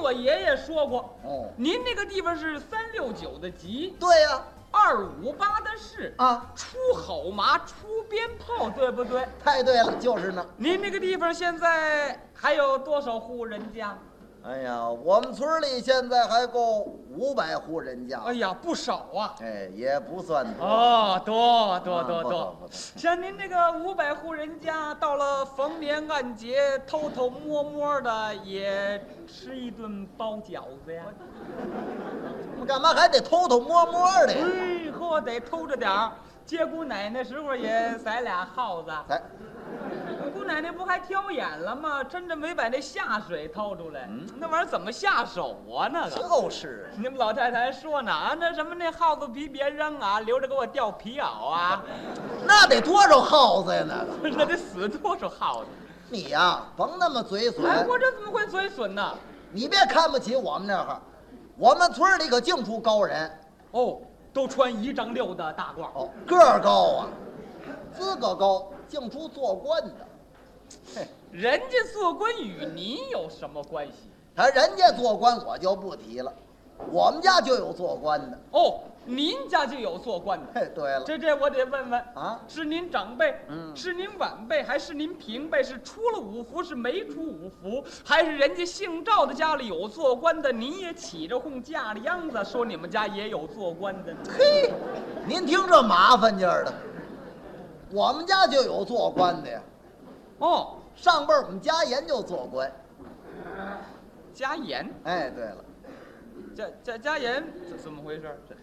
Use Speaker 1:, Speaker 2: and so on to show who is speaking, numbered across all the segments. Speaker 1: 我爷爷说过，
Speaker 2: 哦，
Speaker 1: 您那个地方是三六九的集，
Speaker 2: 对呀、
Speaker 1: 二五八的市，
Speaker 2: 啊，
Speaker 1: 出好麻，出鞭炮，对不对？
Speaker 2: 太对了，就是呢。
Speaker 1: 您那个地方现在还有多少户人家？
Speaker 2: 哎呀，我们村里现在还够五百户人家，
Speaker 1: 哎呀，不少啊！
Speaker 2: 哎，也不算多。
Speaker 1: 哦，多多
Speaker 2: 啊
Speaker 1: 多
Speaker 2: 不错
Speaker 1: 多
Speaker 2: 不，错
Speaker 1: 像您这个五百户人家，到了逢年按节，偷偷摸摸的也吃一顿包饺子呀。
Speaker 2: 我干嘛还得偷偷摸摸的呀？
Speaker 1: 哎呵，得偷着点儿。接姑奶奶时候也宰俩耗子，
Speaker 2: 才，
Speaker 1: 姑奶奶不还挑眼了吗？真的没把那下水掏出来，那玩意儿怎么下手啊？那个。
Speaker 2: 就是
Speaker 1: 你们老太太还说呢啊，那什么那耗子皮别扔啊，留着给我掉皮袄啊，
Speaker 2: 那得多少耗子呀？那个
Speaker 1: 那得死多少耗子！
Speaker 2: 你呀、甭那么嘴
Speaker 1: 哎，
Speaker 2: 损，
Speaker 1: 我这怎么会嘴损呢？
Speaker 2: 你别看不起我们这哈，我们村里可净出高人
Speaker 1: 哦，都穿一丈六的大褂。
Speaker 2: 哦，个儿高啊，资格高，净出做官的。嘿，
Speaker 1: 人家做官与你有什么关系？
Speaker 2: 他人家做官我就不提了，我们家就有做官的。
Speaker 1: 哦，您家就有做官的。
Speaker 2: 嘿，对了，
Speaker 1: 这这我得问问
Speaker 2: 啊
Speaker 1: 是您长辈，
Speaker 2: 嗯
Speaker 1: 是您晚辈，还是您平辈？是出了五福，是没出五福，还是人家姓赵的家里有做官的，您也起着哄架着秧子说你们家也有做官的呢？
Speaker 2: 嘿，您听这麻烦劲儿的，我们家就有做官的呀，
Speaker 1: 哦，
Speaker 2: 上辈儿我们家盐就做官。
Speaker 1: 加盐，
Speaker 2: 哎，对了，
Speaker 1: 加加加盐，怎怎么回事？这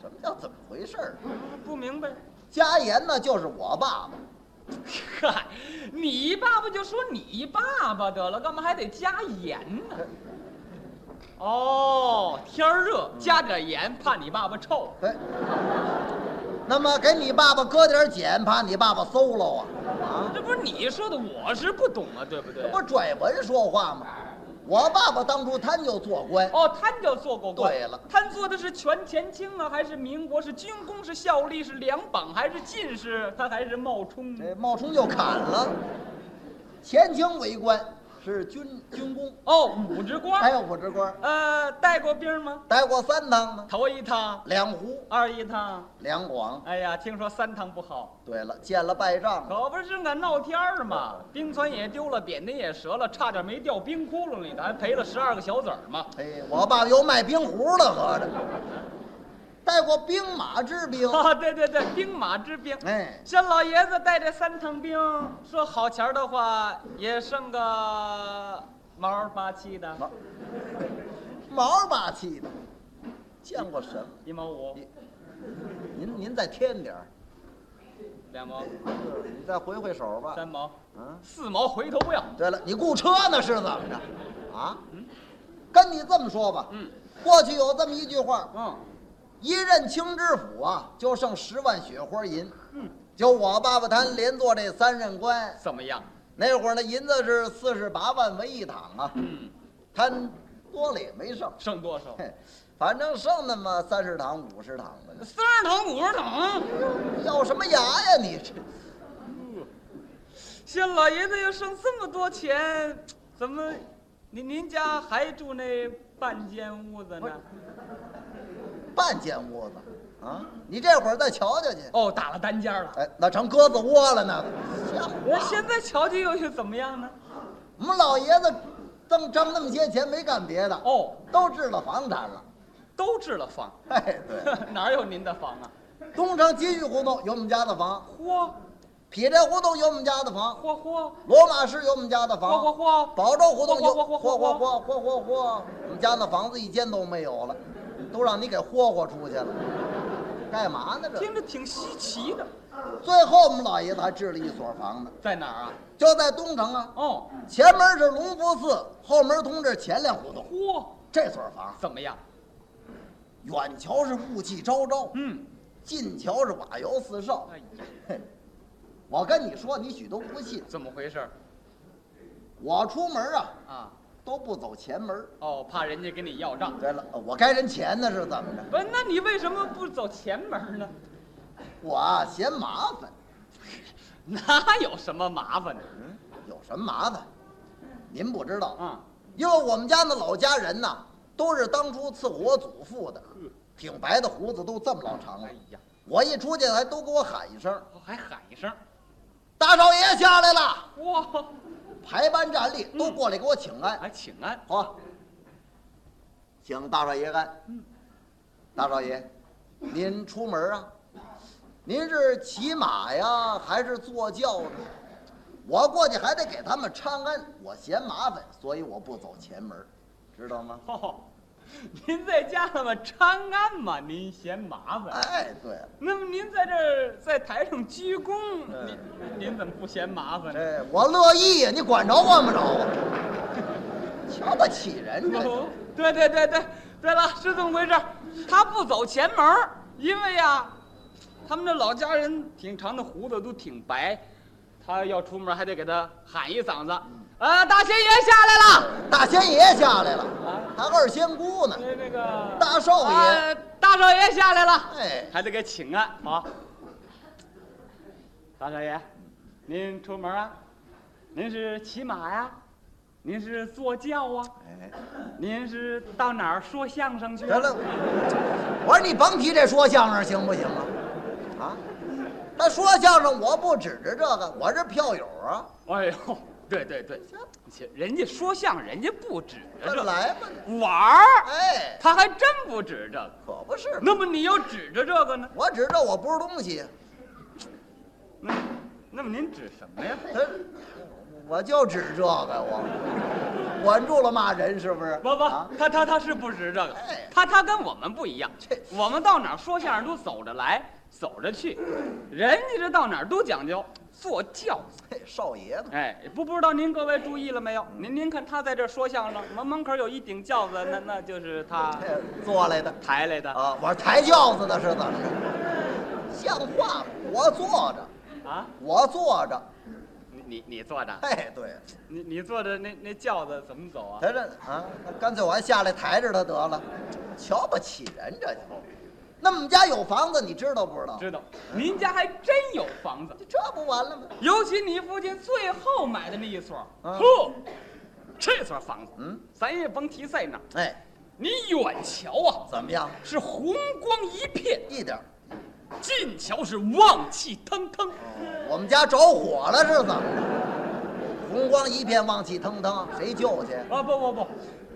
Speaker 2: 什么叫怎么回事儿？
Speaker 1: 不明白。
Speaker 2: 家盐呢，就是我爸爸。
Speaker 1: 嗨，你爸爸就说你爸爸得了，干嘛还得加盐呢？哦，天儿热，加点盐，怕你爸爸臭。
Speaker 2: 哎，那么给你爸爸搁点碱，怕你爸爸馊了啊？啊，
Speaker 1: 这不是你说的，我是不懂啊，对不对
Speaker 2: 这？不拽文说话吗？我爸爸当初他就做官，
Speaker 1: 哦，贪就做过官。
Speaker 2: 对了
Speaker 1: 贪做的是权钱清啊，还是民国？是军功？是效力？是两榜？还是进士？他还是冒充？
Speaker 2: 这冒充就砍了。前清为官是军军功，
Speaker 1: 哦，武职官。
Speaker 2: 还有武职官，
Speaker 1: 呃，带过兵吗？
Speaker 2: 待过三趟呢，
Speaker 1: 头一趟，
Speaker 2: 两湖
Speaker 1: 二一趟。
Speaker 2: 两广。
Speaker 1: 哎呀，听说三趟不好。
Speaker 2: 对了，见了败仗了，
Speaker 1: 可不是俺闹天儿嘛，冰船也丢了，扁担也折了，差点没掉冰窟窿里头，还赔了十二个小子儿嘛。
Speaker 2: 哎，我爸爸又卖冰壶了，合着，带过兵马之兵，
Speaker 1: 啊，对对对，兵马之兵。
Speaker 2: 哎，
Speaker 1: 像老爷子带着三趟兵，说好钱儿的话，也剩个毛儿八七的
Speaker 2: 毛毛霸气的，见过什么？
Speaker 1: 一毛五，
Speaker 2: 一您您再添点儿，
Speaker 1: 两毛，
Speaker 2: 你再回回手吧。
Speaker 1: 三毛，
Speaker 2: 嗯，
Speaker 1: 四毛回头不要。
Speaker 2: 对了，你雇车呢是怎么着？啊？跟你这么说吧，
Speaker 1: 嗯
Speaker 2: 过去有这么一句话，
Speaker 1: 嗯，
Speaker 2: 一任清知府啊，就剩十万雪花银。
Speaker 1: 嗯，
Speaker 2: 就我爸爸他连做这三任官，
Speaker 1: 怎么样？
Speaker 2: 那会儿呢，银子是四十八万为一躺啊，
Speaker 1: 嗯，
Speaker 2: 贪多了也没剩，
Speaker 1: 剩多少？
Speaker 2: 嘿，反正剩那么三十躺五十躺的 呢，
Speaker 1: 三十桶五十桶。
Speaker 2: 要什么牙呀你这？
Speaker 1: 像老爷子又剩这么多钱，怎么您您家还住那半间屋子呢？
Speaker 2: 半间窝子啊！你这会儿再瞧瞧去，
Speaker 1: 哦，打了单间了。
Speaker 2: 哎，那成鸽子窝了呢。像
Speaker 1: 那
Speaker 2: 话
Speaker 1: 现在瞧瞧又是怎么样呢？
Speaker 2: 我们老爷子挣挣那么些钱没干别的，
Speaker 1: 哦，
Speaker 2: 都置了房产了。
Speaker 1: 都置了房，
Speaker 2: 哎，对，
Speaker 1: 哪有您的房啊？
Speaker 2: 东城金玉胡同有我们家的房，
Speaker 1: 嚯
Speaker 2: 匹这胡同有我们家的房，
Speaker 1: 嚯嚯
Speaker 2: 罗马市有我们家的
Speaker 1: 嚯
Speaker 2: 房，
Speaker 1: 嚯嚯！
Speaker 2: 宝州胡同
Speaker 1: 嚯
Speaker 2: 有
Speaker 1: 嚯嚯嚯
Speaker 2: 嚯嚯嚯嚯嚯，我们家那房子一间都没有了，都让你给霍霍出去了，干嘛呢这？
Speaker 1: 听着挺稀奇的，
Speaker 2: 最后我们老爷子还置了一所房呢，
Speaker 1: 在哪儿啊？
Speaker 2: 就在东城啊，
Speaker 1: 哦，
Speaker 2: 前门是隆福寺，后门通着前粮胡同，
Speaker 1: 嚯，
Speaker 2: 这所房
Speaker 1: 怎么样？
Speaker 2: 远瞧是雾气昭昭，
Speaker 1: 嗯，
Speaker 2: 近瞧是瓦窑四少。
Speaker 1: 哎呀，
Speaker 2: 嘿，我跟你说，你许都不信，
Speaker 1: 怎么回事儿
Speaker 2: 我出门啊
Speaker 1: 啊？
Speaker 2: 都不走前门。
Speaker 1: 哦，怕人家跟你要账。
Speaker 2: 对了，我该人钱呢是怎么着？
Speaker 1: 不，那你为什么不走前门呢？
Speaker 2: 我啊嫌麻烦，
Speaker 1: 哪有什么麻烦的？
Speaker 2: 有什么麻烦？您不知道，
Speaker 1: 啊、
Speaker 2: 因为我们家那老家人呐，都是当初伺候我祖父的，挺白的胡子都这么老长了
Speaker 1: 哎。呀，
Speaker 2: 我一出去还都给我喊一声
Speaker 1: 我还喊一声，
Speaker 2: “大少爷下来了
Speaker 1: 哇，”，
Speaker 2: 排班站立都过来给我请安。
Speaker 1: 还请安。
Speaker 2: 好啊，请大少爷安。
Speaker 1: 嗯
Speaker 2: 大少爷，您出门啊？您是骑马呀，还是坐轿呢？我过去还得给他们搀安，我嫌麻烦，所以我不走前门，知道吗？
Speaker 1: 哦，您在家嘛长安嘛，您嫌麻烦。
Speaker 2: 哎，对了，
Speaker 1: 那么您在这儿在台上鞠躬，
Speaker 2: 嗯
Speaker 1: 您您怎么不嫌麻烦呢？
Speaker 2: 这哎我乐意呀，你管着管不着啊？瞧得起人这就
Speaker 1: 哦，对对对对，对了，是这么回事儿。他不走前门儿，因为呀，他们这老家人挺长的胡子都挺白，他要出门还得给他喊一嗓子，呃，大仙爷下来了。
Speaker 2: 大仙爷下来了，还二仙姑呢，
Speaker 1: 哎那那个
Speaker 2: 大少爷
Speaker 1: 呃大少爷下来了，
Speaker 2: 哎
Speaker 1: 还得给请安好。大少爷，您出门啊？您是骑马呀？您是坐轿啊？
Speaker 2: 哎，
Speaker 1: 您是到哪儿说相声去？啊
Speaker 2: 得了，我说你甭提这说相声行不行啊？啊，他说相声我不指着这个，我是票友啊，
Speaker 1: 哎呦，对对对，人家说相声，人家不指着
Speaker 2: 那
Speaker 1: 这
Speaker 2: 来吧，
Speaker 1: 玩儿，
Speaker 2: 哎，
Speaker 1: 他还真不指着这个。
Speaker 2: 可不是嘛，
Speaker 1: 那么你要指着这个呢？
Speaker 2: 我指着我不是东西，
Speaker 1: 那那么您指什么呀？
Speaker 2: 他，我就指这个我，管住了骂人是不是？
Speaker 1: 不不
Speaker 2: 啊，
Speaker 1: 他他他是不值这个
Speaker 2: 哎，
Speaker 1: 他他跟我们不一样
Speaker 2: 这，
Speaker 1: 我们到哪儿说相声都走着来，走着去，人家这到哪儿都讲究坐轿。
Speaker 2: 嘿少爷呢？
Speaker 1: 哎，不不知道您各位注意了没有？您您看他在这儿说相声，门门口有一顶轿子，那那就是他
Speaker 2: 这坐来的。
Speaker 1: 抬来的
Speaker 2: 啊，我是抬轿子的是怎么着？像话吗？我坐着，
Speaker 1: 啊。
Speaker 2: 我坐着。
Speaker 1: 你你你坐着，
Speaker 2: 哎，对，
Speaker 1: 你你坐着那那轿子怎么走啊？
Speaker 2: 他这啊，那干脆我还下来抬着他得了，瞧不起人这就。那我们家有房子，你知道不知道？
Speaker 1: 知道，您家还真有房子，
Speaker 2: 这不完了吗？
Speaker 1: 尤其你父亲最后买的那一所，
Speaker 2: 啊
Speaker 1: 呵，这所房子，
Speaker 2: 嗯，
Speaker 1: 咱也甭提在哪儿。
Speaker 2: 哎，
Speaker 1: 你远瞧啊，
Speaker 2: 怎么样？
Speaker 1: 是红光一片；
Speaker 2: 一点儿。
Speaker 1: 近瞧是望气腾腾。
Speaker 2: 我们家着火了是怎么着？红光一片，望气腾腾，谁救去？
Speaker 1: 啊，不不不，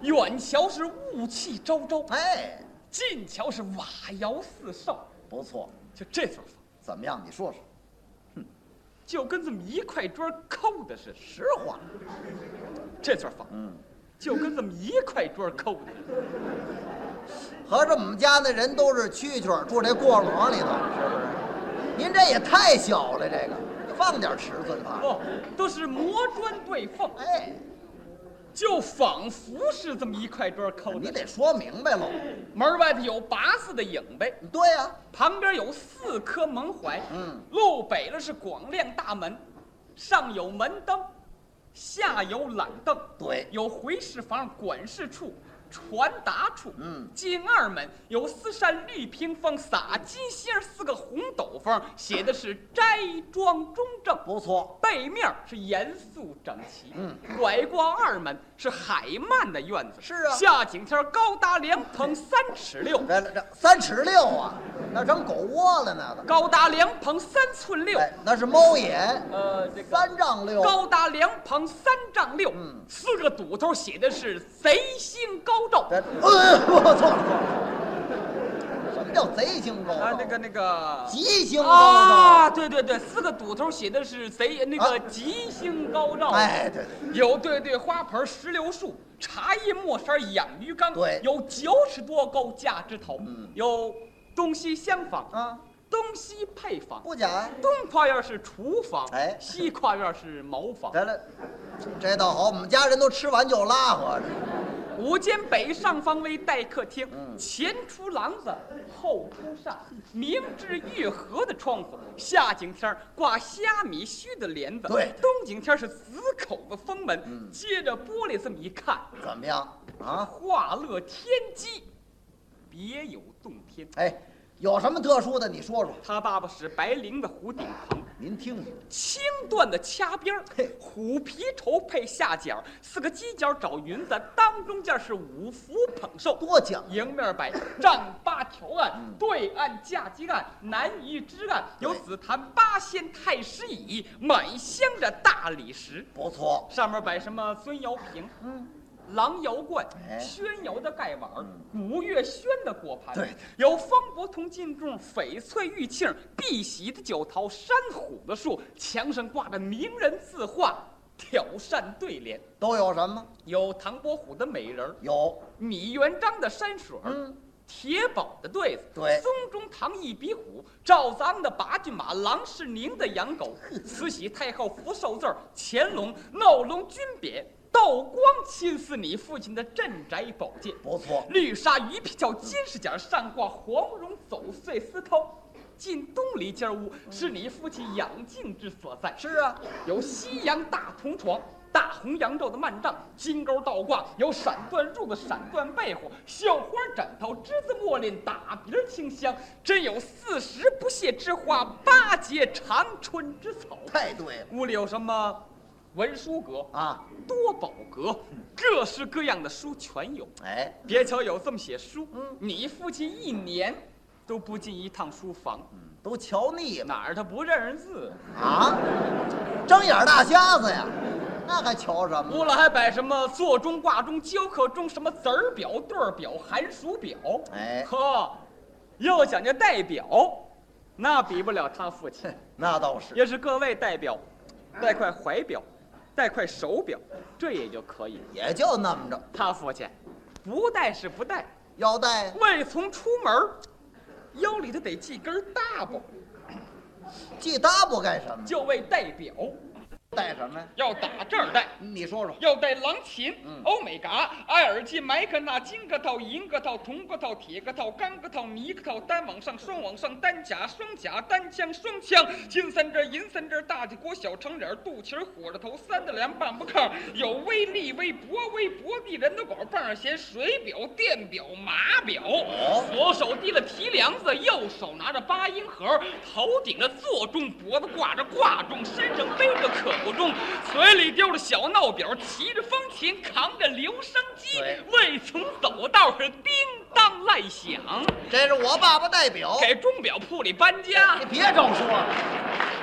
Speaker 1: 远瞧是雾气昭昭，
Speaker 2: 哎，
Speaker 1: 近瞧是瓦窑四少。
Speaker 2: 不错，
Speaker 1: 就这所房，
Speaker 2: 怎么样？你说说，
Speaker 1: 就跟这么一块砖抠的似的。
Speaker 2: 实话。
Speaker 1: 这所房
Speaker 2: 嗯，
Speaker 1: 就跟这么一块砖抠的似的。
Speaker 2: 合着我们家那人都是蛐蛐儿住这过笼里头，是不是？您这也太小了，这个放点尺寸吧。
Speaker 1: 哦，都是磨砖对缝，
Speaker 2: 哎，
Speaker 1: 就仿佛是这么一块砖抠
Speaker 2: 你
Speaker 1: 的。
Speaker 2: 得说明白喽。
Speaker 1: 门外头有八字的影呗，
Speaker 2: 对啊呀、
Speaker 1: 旁边有四颗门槐，
Speaker 2: 嗯，
Speaker 1: 路北了是广亮大门，上有门灯，下有懒凳，
Speaker 2: 对
Speaker 1: 有回事房、管事处、传达处，
Speaker 2: 嗯
Speaker 1: 进二门有四扇绿屏风，撒金星儿四个红斗方，写的是斋庄中正。
Speaker 2: 不错。
Speaker 1: 背面是严肃整齐，
Speaker 2: 嗯，
Speaker 1: 拐过二门是海曼的院子，
Speaker 2: 是啊
Speaker 1: 夏景天高达两层三尺六，
Speaker 2: 这这哎三尺六啊，那成狗窝了呢。
Speaker 1: 高达两旁三寸六，
Speaker 2: 哎，那是猫眼，
Speaker 1: 呃，这个
Speaker 2: 三丈六。
Speaker 1: 高达两旁三丈六，
Speaker 2: 嗯
Speaker 1: 四个堵头写的是贼星高照
Speaker 2: 这，呃，我错了错了。什么叫贼星高照？
Speaker 1: 啊，那个那个
Speaker 2: 吉星高
Speaker 1: 啊，
Speaker 2: 照。
Speaker 1: 对对对，四个堵头写的是贼那个吉星高照，
Speaker 2: 啊哎，对对，
Speaker 1: 有对对花盆、石榴树、茶叶、墨山、养鱼缸，
Speaker 2: 对
Speaker 1: 有九十多高架枝头，
Speaker 2: 嗯
Speaker 1: 有东西厢房，
Speaker 2: 啊，
Speaker 1: 东西配房，
Speaker 2: 不假呀。
Speaker 1: 东跨院是厨房，
Speaker 2: 哎
Speaker 1: 西跨院是茅房，
Speaker 2: 得了，这倒好，我们家人都吃完就拉活着。
Speaker 1: 五间北上方为待客厅，
Speaker 2: 嗯
Speaker 1: 前出廊子，后出扇，明治御和的窗户，夏景天儿挂虾米须的帘子，
Speaker 2: 对
Speaker 1: 冬景天儿是紫口的封门，
Speaker 2: 嗯
Speaker 1: 接着玻璃这么一看，
Speaker 2: 怎么样啊？
Speaker 1: 化乐天机，别有洞天。
Speaker 2: 哎，有什么特殊的？你说说。
Speaker 1: 他爸爸是白绫的湖顶棚，
Speaker 2: 您听听，
Speaker 1: 青缎的掐边儿
Speaker 2: 嘿，
Speaker 1: 虎皮绸配下角，四个犄角找云子，当中间是五福捧寿，
Speaker 2: 多讲究。
Speaker 1: 迎面摆丈八条案
Speaker 2: 嗯，
Speaker 1: 对岸架几案，南夷之案，
Speaker 2: 对
Speaker 1: 由紫檀八仙太师椅，满镶着大理石，
Speaker 2: 不错，
Speaker 1: 上面摆什么孙瑶平。
Speaker 2: 嗯，
Speaker 1: 狼窑罐
Speaker 2: 哎、
Speaker 1: 宣窑的盖碗
Speaker 2: 嗯、
Speaker 1: 古月轩的果盘，
Speaker 2: 对对
Speaker 1: 有方伯同进仲、翡翠玉磬、碧玺的酒桃、山虎的树，墙上挂着名人字画，挑扇对联，
Speaker 2: 都有什么？
Speaker 1: 有唐伯虎的美人儿，
Speaker 2: 有，
Speaker 1: 米元璋的山水儿。
Speaker 2: 嗯，
Speaker 1: 铁宝的对子，
Speaker 2: 对
Speaker 1: 松中堂一比虎，赵子昂的八骏马，郎世宁的养狗，慈禧太后福寿字儿，乾隆闹龙君匾，道光亲赐你父亲的镇宅宝剑，
Speaker 2: 不错，
Speaker 1: 绿纱鱼皮鞘，金饰甲上挂黄绒走碎丝绦。进东篱间屋是你父亲养静之所在，
Speaker 2: 是啊，
Speaker 1: 有西洋大铜床、大红扬州的幔帐、金钩倒挂，有闪缎褥子、闪缎被褥、绣花枕头、栀子墨林、打鼻儿清香，真有四时不谢之花，八节长春之草。
Speaker 2: 太对了
Speaker 1: 屋里有什么文书阁、
Speaker 2: 啊！
Speaker 1: 多宝阁，各式各样的书全有。
Speaker 2: 哎，
Speaker 1: 别瞧有这么些书，
Speaker 2: 嗯
Speaker 1: 你父亲一年都不进一趟书房，
Speaker 2: 都瞧腻了
Speaker 1: 哪儿他不认识字？
Speaker 2: 啊！睁眼大瞎子呀，那还瞧什么？
Speaker 1: 屋里还摆什么座钟、挂钟、雕刻钟，什么子儿表、对儿表、寒暑表。
Speaker 2: 哎，
Speaker 1: 呵，要讲究代表，那比不了他父亲。
Speaker 2: 那倒是，
Speaker 1: 要是各位代表，带块怀表，带块手表，这也就可以。
Speaker 2: 也就那么着。
Speaker 1: 他父亲不带是不带，
Speaker 2: 腰带
Speaker 1: 未从出门儿，腰里头得系根大包，
Speaker 2: 系搭不干什么？
Speaker 1: 就为代表，
Speaker 2: 带什么呀？
Speaker 1: 要打这儿带。
Speaker 2: 你说说。
Speaker 1: 要带狼琴、
Speaker 2: 嗯
Speaker 1: 欧美嘎、埃尔金、麦克纳、金个套、银个套、铜个套、铁个套、钢个套、泥个套、单网上、双网上、单甲、双甲、单枪、双枪、金三针、银三针、大鸡锅、小长脸儿、肚脐儿、火着头、三的梁、半不靠，有威力、微博、微博地、人头管、棒儿弦、水表、电表、码表。左手提了提梁子，右手拿着八音盒，头顶着座钟，脖子挂着挂钟，身上背着可不钟，嘴里叼着小闹表，骑着风琴，扛着留声机
Speaker 2: 对，
Speaker 1: 未曾走道是叮当乱响，
Speaker 2: 这是我爸爸代表。
Speaker 1: 给钟表铺里搬家
Speaker 2: 你。别照说了，